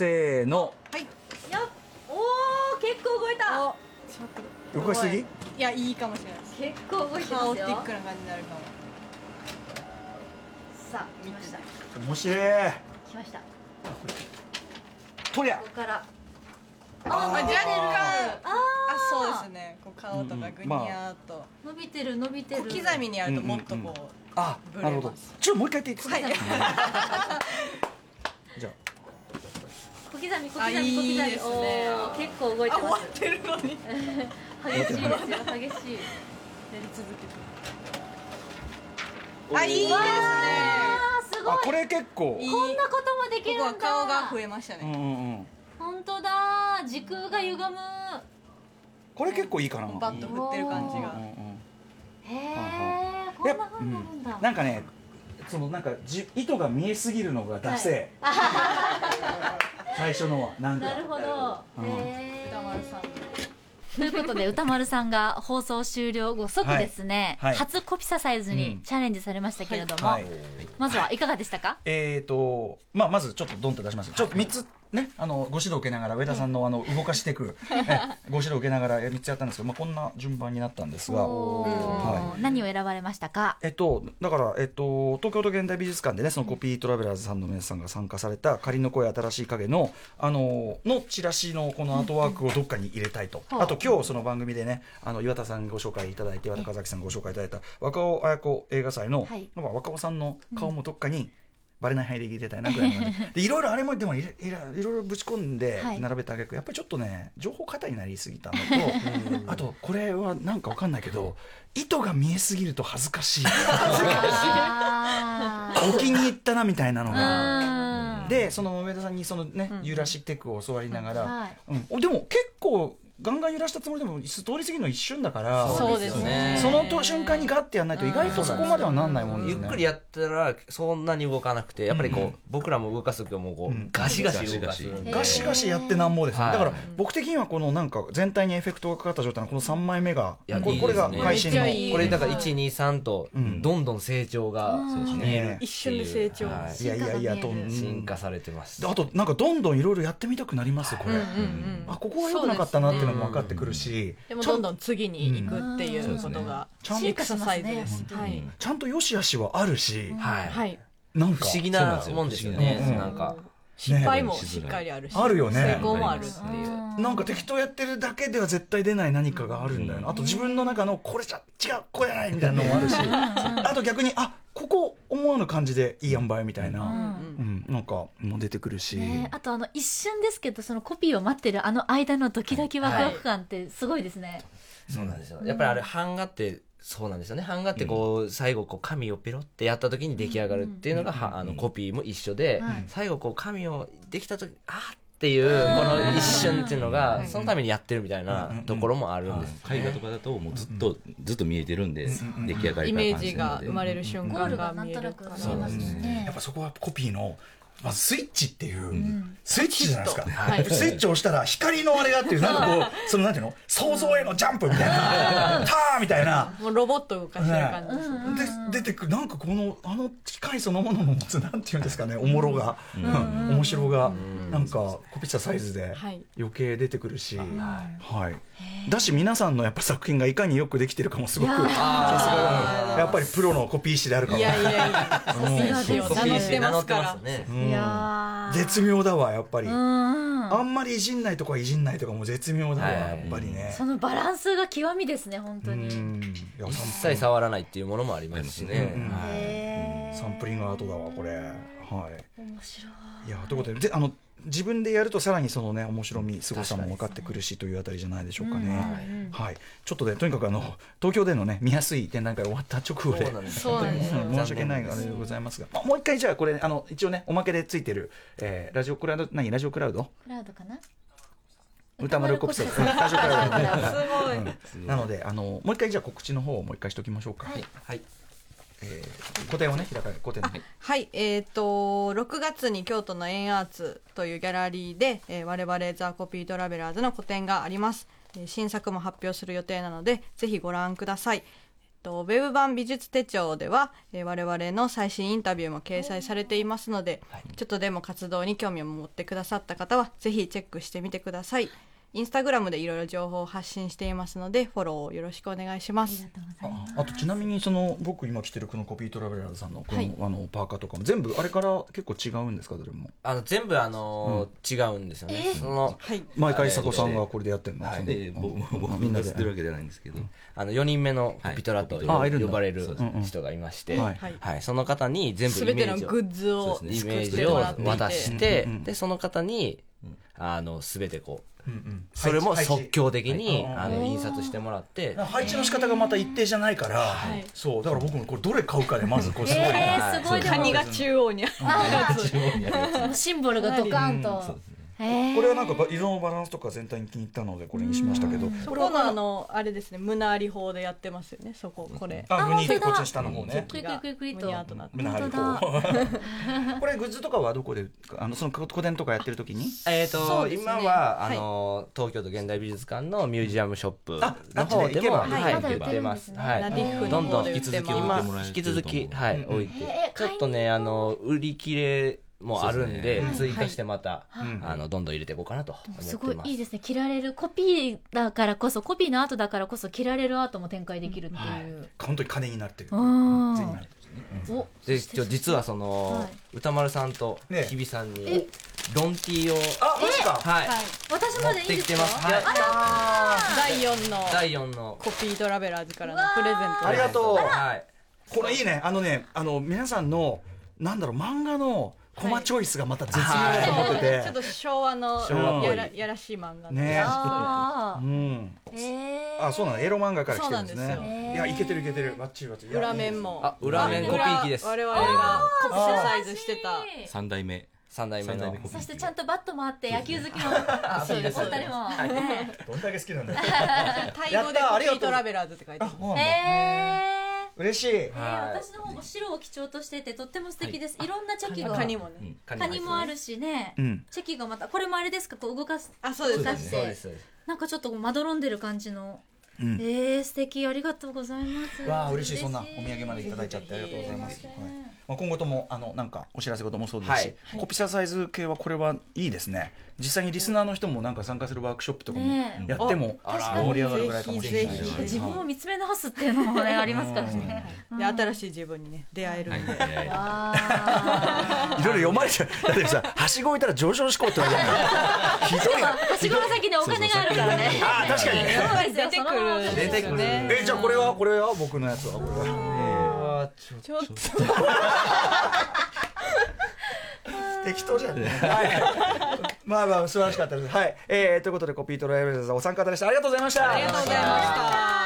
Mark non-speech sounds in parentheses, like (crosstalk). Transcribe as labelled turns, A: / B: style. A: せーの
B: やっおー結構動いた
C: おちょっと
D: 動かしすぎ
C: いやいいかもしれないです
B: 結構動いて
C: カオ
B: ま
C: テ
B: す
C: ィ
B: よ
C: ックな感じになるかも
B: さあ来ました
D: 面白い
B: 来ました
D: とりゃ
B: ここから
C: あ若
B: 伸びてる
C: 干
B: あ
C: あ
B: ー
C: そうですねこう顔とかグニャーっと
B: 伸びてる伸びて
C: 小
B: る
C: 刻みにやるともっとこう
D: あ
C: ぶれ
D: な
C: ます
D: るほどちょっともう一回やっていいですか、
C: はい
D: (laughs) じゃ
B: 小刻み小刻
C: あ
B: み小刻
C: いい
B: み
C: ですね
B: おー結構動い
C: あ
B: て
C: 終
B: ま
C: わっ
B: す
C: てるのに
B: 激しいですよ激しい
C: やり続けて
A: おー
C: あいいですね
B: わあす
D: あ
B: ご
D: あ
B: い
D: これ結構
C: いい
B: こんなこともでき
C: こ
B: るん
C: こ
B: だ
C: は顔が増えました
D: うん
C: ね
D: うんうん
B: 本当だ時空が歪む
D: これ結構いいかな
C: こうバッと振ってる感じ
D: う
C: が
D: んうんうん
B: へえこ
D: やっ
B: ん
D: ぱ
B: な風になるんだ
D: なんかねそのなんかじ糸が見えすぎるのがダセえ、最初のはなんか
B: なるほど
D: うん
B: へえ
C: 歌丸さん
B: ということで歌丸さんが放送終了後即ですね、
D: はいはい
B: 初コピササイズ
D: う
B: に
D: ん
B: チャレンジされましたけれども、
D: はい
B: まずはいかがでしたか、
D: えーとまあまずちょっとドンと出しますちょっと3つねあのご指導を受けながら上田さんのあの動かしていくえご指導を受けながらえ3つやったんですけど、まあ、こんな順番になったんですが
B: おー
D: は
B: 何を選ばれましたか
D: えっと、だから、えっと、東京都現代美術館でね、そのコピートラベラーズさんの皆さんが参加された。仮の声新しい影の、あの、のチラシのこのアートワークをどっかに入れたいと。
B: うん
D: あと、今日その番組でね、あの岩田さんにご紹介いただいて、岩田和樹さんにご紹介いただいた。若尾綾子映画祭の、
B: はい
D: なんか若尾さんの顔もどっかに。バレない範囲で入れたいなぐらいの感じ
B: (laughs)
D: でいろいろあれもでもいれいろいろぶち込んで
B: はい
D: 並べたあげくやっぱりちょっとね情報過多になりすぎたのと、あとこれはなんかわかんないけど糸が見えすぎると恥ずかしい
B: あー
D: お気に入ったなみたいなのが。
B: うん
D: でその上田さんにそのね、揺らしテクを教わりながら、
B: うんはい
D: うんおでも結構ガンガン揺らしたつもりでも通り過ぎるの一瞬だから
C: そうですね
D: そのと瞬間にガッてやんないと意外とそこまではなんないもんで
E: ゆ
D: す
E: っ
D: ね。
E: くりやったらそんなに動かなくてやっぱりこう、僕らも動かす時はもうこう、
D: ん
E: ガシガシ動かす
B: へー
D: ガシガシやってなんぼですね、
E: はい
D: だから僕的にはこのなんか全体にエフェクトがかかった状態のこの3枚目が
E: いや
D: こ
E: い
D: れ
E: い
D: これが
E: ですね
D: 配信の
C: めっちゃいい
E: これだから123と
D: ん
E: どんどん成長が見えるっていう、
C: 一瞬で成長
E: はい
D: いやいやいやとうん
E: 進化されてます、
D: あとなんかどんどんいろいろやってみたくなりますよこれ、あここが良くなかったなっていうのも分かってくるし、
C: でもどんどん次に行くっていうことが
D: ちゃん
C: エクササイズです
B: 進化しますね
C: はい
D: ちゃんと良し悪しはあるし、
E: はい
C: はい
D: なんか
E: 不思議なもんですよね
D: そうなんですよ
E: なんか、
C: 失敗もしっかりあるし
D: あるよね
C: 成功もある
E: ありますね
D: なんか適当やってるだけでは絶対出ない何かがあるんだよな、あと自分の中のこれじゃ違うこれじゃないみたいなのもあるしあと逆にあここ思わぬ感じでいい塩梅みたいな、うんなんかも出てくるし、
B: ねあとあの一瞬ですけどそのコピーを待ってるあの間のドキドキワクワク感ってすごいですね、
E: そうなんですよやっぱりあれ版画ってそうなんですよね版画ってこう最後こう紙をペロってやった時に出来上がるっていうのがはあのコピーも一緒で
B: はい
E: 最後こう紙をできた時あーっていうこの一瞬っていうのがそのためにやってるみたいなところもあるんです
F: 絵画とかだともうずっと、ずっと見えてるんで、出来上がり
C: イ
F: から
C: メー
F: 感じ
C: ジ
F: な
C: が
F: ので
C: 生まれる瞬
B: ゴー
C: 間
B: ル
C: が
B: がなん
C: 見え
B: と
C: る
B: な
C: か
B: く
C: ら
B: 見えますしね
D: やっぱそこはコピーの、まずスイッチっていう、スイッチじゃないですか、
C: はい
D: スイッチを押したら光のあれがっていうなんかこうそのなんていうの想像へのジャンプみたいなターみたいな。
C: もうロボット動かしてる感じですね
D: で出てくるなんかこのあの機械そのものの持つなんていうんですかねおもろが、うん面白がなんかコピーしたサイズで
C: はい
D: 余計出てくるし、はい、だし皆さんのやっぱ作品がいかによくできてるかもすごく
B: い
D: さ
B: や
D: す
B: ー
D: がだなやっぱりプロのコピー師であるかも
C: いやいやいや
B: さすが
C: コピー
B: で
C: し
B: す
C: て
B: ね
C: ますから
E: よね
B: いやー
D: 絶妙だわやっぱり
B: う
D: あ
B: ん
D: んまりいじんないとこはいじんないとかも絶妙だわ
E: はい
D: やっぱりね
B: そのバランスが極みですね本当に、
D: うんいや
E: 一
D: サン
E: 切触らないっていうものもありますしね
D: うん
E: はい
B: へー
D: サンプリングアートだわこれはい
B: 面白い
D: いやということでであの自分でやるとさらにそのね面白み凄さも分かってくるしというあたりじゃないでしょうかね、はい、ちょっとでとにかくあの東京でのね見やすい展覧会終わった直後で
E: そうなんです
C: そうなんです
D: うん申し訳ないがあれでございますが、まあもう一回じゃあこれあの一応ねおまけでついてる、えーラジオクラウド何ラジオクラウド
B: クラウドかな
D: 歌丸コピセ
B: 歌丸
D: ラジオクラウドね
C: すごい
D: うんなのであのもう一回じゃあ告知の方をもう一回しておきましょうか、はい
E: はい
D: えー、個展をね開かれ個展の方
C: はい、えー、と6月に京都の円アーツというギャラリーで、えー、我々ザ・コピートラベラーズの個展があります、えー新作も発表する予定なのでぜひご覧くださいとウェブ版美術手帳では、えー我々の最新インタビューも掲載されていますので、ちょっとでも活動に興味を持ってくださった方はぜひチェックしてみてくださいインスタグラムでいろいろ情報を発信していますのでフォローをよろしくお願いします
B: りがとうございます
D: ああとちなみにその僕今着てるこのコピートラベラーズさんのこの,、
C: はい
D: あのパーカーとかも全部あれから結構違うんですかどれも
E: あの全部あのー違うんですよね、その
C: はい
D: 毎回佐古さんがこれでやってるの,その、
F: はい、で僕僕
D: みんな
F: が
D: で
F: 吸ってるわけじゃないんですけど、
E: あの4人目のコピトラと
F: はい
E: 呼
D: あ
E: ば
D: いるんだ
E: 呼ばれる
F: そう
D: です
E: 人がいまして、
D: うんうん
E: は
D: はいい
E: その方に全部
C: 全
E: イメ
C: て
E: ー
C: の
E: ジを
C: グッズを
F: そうです
E: イ
F: ね
E: メー
C: 作っ
E: ジ
C: ても
E: を
C: らっていて
E: 渡して、
D: うんうん
E: でその方にあの全てこう
D: うんうん
E: それも即興的に、
D: はい
E: あの印刷してもらって、
D: 配置の仕方がまた一定じゃないから、
C: い
D: そうだから僕もこれどれ買うかでまずこうすごいな、
B: えー、すごいで
C: カニ
B: も
C: が中央にあるやつ
B: シンボルがドカンと、えー
D: これはなんかば色のバランスとか全体に気に入ったのでこれにしましたけど、
C: そ
D: こ
C: こ
D: れは
C: のあのあれですね胸あり法でやってますよねそここれ
D: あ
B: あ
D: 無に
B: 本当
D: こ
B: だ
D: っちに下の方ね
B: クイクイクイクイ
C: む
B: と
C: にゃーとなって
D: 胸張りこうこれグッズとかはどこであのその個展とかやってる時に
E: えーと
C: そうですね
E: 今はあのー東京都現代美術館のミュージアムショップ
D: ああ
E: の
D: っちね行
E: 方でも、
D: けば
E: はい、
B: まだ売っ
E: 売ってて
B: るん
E: ま
B: ですすね
E: はい
C: ラディッフの
E: どんど
C: 方
E: ん
C: で売
E: 引
C: っ
E: き
C: て
E: 続き
C: ます
E: 今引き続きはい置いて、
B: えー
E: ちょっとねあの売り切れもあるんで
F: そう
C: ですね
E: 追加してまた、
D: ん
E: あのどんどん入れていこうかなと思ってます。
B: すごいいいですね着られるコピーだからこそコピーの後だからこそ着られるアートも展開できるっていう、
D: 本当に金になってる
B: うん
D: 銭になる
B: お
E: で今日実はその、
B: はい
E: 歌丸さんと
D: ね
E: 日比さんに、
B: え
E: ロンティーを
D: あマジか
E: はい、
C: はい
B: 私
E: 持
B: ま
E: っ
B: でいい
E: て
B: で
E: きて
B: す
E: ま
B: か
E: す。はい、
C: 第4の
E: 第四の
C: コピードラベラーズからのプレゼント
D: ありがとう
E: はい。
D: これいいねあのねあの皆さんのなんだろう漫画のコマチョイスがまた絶妙だと思ってて、
C: ちょっと昭和の
E: 昭和っぽい
C: やらやらしい漫画
D: ね
B: あ
D: うん
B: ーえー、
D: あそうなのエロ漫画から来てるんです
C: そう
D: ね
C: なん
B: です
D: い
B: よ
D: やいけてるいけてるバッチリバッチリいや
C: 裏
D: いい
C: 面
D: です
C: も
E: あ裏面コピー機です。
C: 裏我々が
E: えー
C: コピーサイズしてた
F: 三代目
E: 三代目
F: 三代
E: の
F: 目コピ
B: そ
F: ー
B: してちゃんとバットもあって野球好
D: (laughs)
B: きのお二人も、ね
D: どんだけ好きなんだよ
C: タイ語でコピードラベラーズって書いてある
D: そうなんだ
B: えー
D: 嬉しい
B: えー
E: はい
B: 私の方も白を基調としててとっても素敵です、い、ろんなチェキが
C: 他にもね
B: カニもあるしね、
D: うん
B: チェキがまたこれもあれですかこう動かす
C: あそうです
B: 出して
E: そうですそうです。
B: なんかちょっとまどろんでる感じの、
D: ん
B: えー、素敵ありがとうございます
D: わあ嬉しいそんなお土産までいただいちゃってありがとうございます、はいまあ、今後ともあのなんかお知らせ事もそうですし、コピササイズ系はこれはいいですね実際にリスナーの人もなんか参加するワークショップとかも
B: ね
D: やっても盛り上がるぐらいかもしれない
C: ぜひぜ
B: 自分を見つめ直すっていうのもねありますからね
C: で新しい自分にね出会えるんで
F: はいはいは
D: (laughs)
F: い
B: あ
D: いろいろ読まれちゃうだってさはしご置いたら上昇志向ってわけだからひ (laughs) どいな
B: ーはしごの先にお金があるからね (laughs)
D: あ確かにね
B: そうです
C: 出
B: よ
C: て
B: その
C: く
B: ま
C: る
B: ま
C: ん
B: です
C: で
B: よ
C: すよね
D: えじゃあこれはこれは僕のやつはこれは、
C: ちょっと
D: えー適当じゃんね (laughs) はいまあまあ素晴らしかったですはい、えー、ということでコピートライブラリーさんお参加いただきましてありがとうございました
C: ありがとうございました